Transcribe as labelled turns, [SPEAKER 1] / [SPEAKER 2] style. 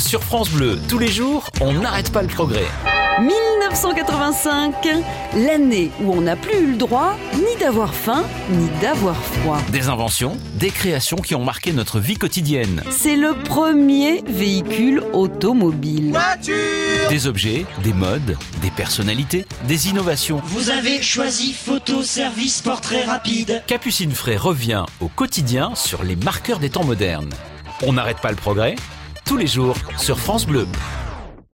[SPEAKER 1] Sur France Bleu, tous les jours, on n'arrête pas le progrès.
[SPEAKER 2] 1985, l'année où on n'a plus eu le droit ni d'avoir faim ni d'avoir froid.
[SPEAKER 1] Des inventions, des créations qui ont marqué notre vie quotidienne.
[SPEAKER 2] C'est le premier véhicule automobile.
[SPEAKER 1] Des objets, des modes, des personnalités, des innovations.
[SPEAKER 3] Vous avez choisi photo service portrait rapide.
[SPEAKER 1] Capucine Frey revient au quotidien sur les marqueurs des temps modernes. On n'arrête pas le progrès, tous les jours sur France Bleu.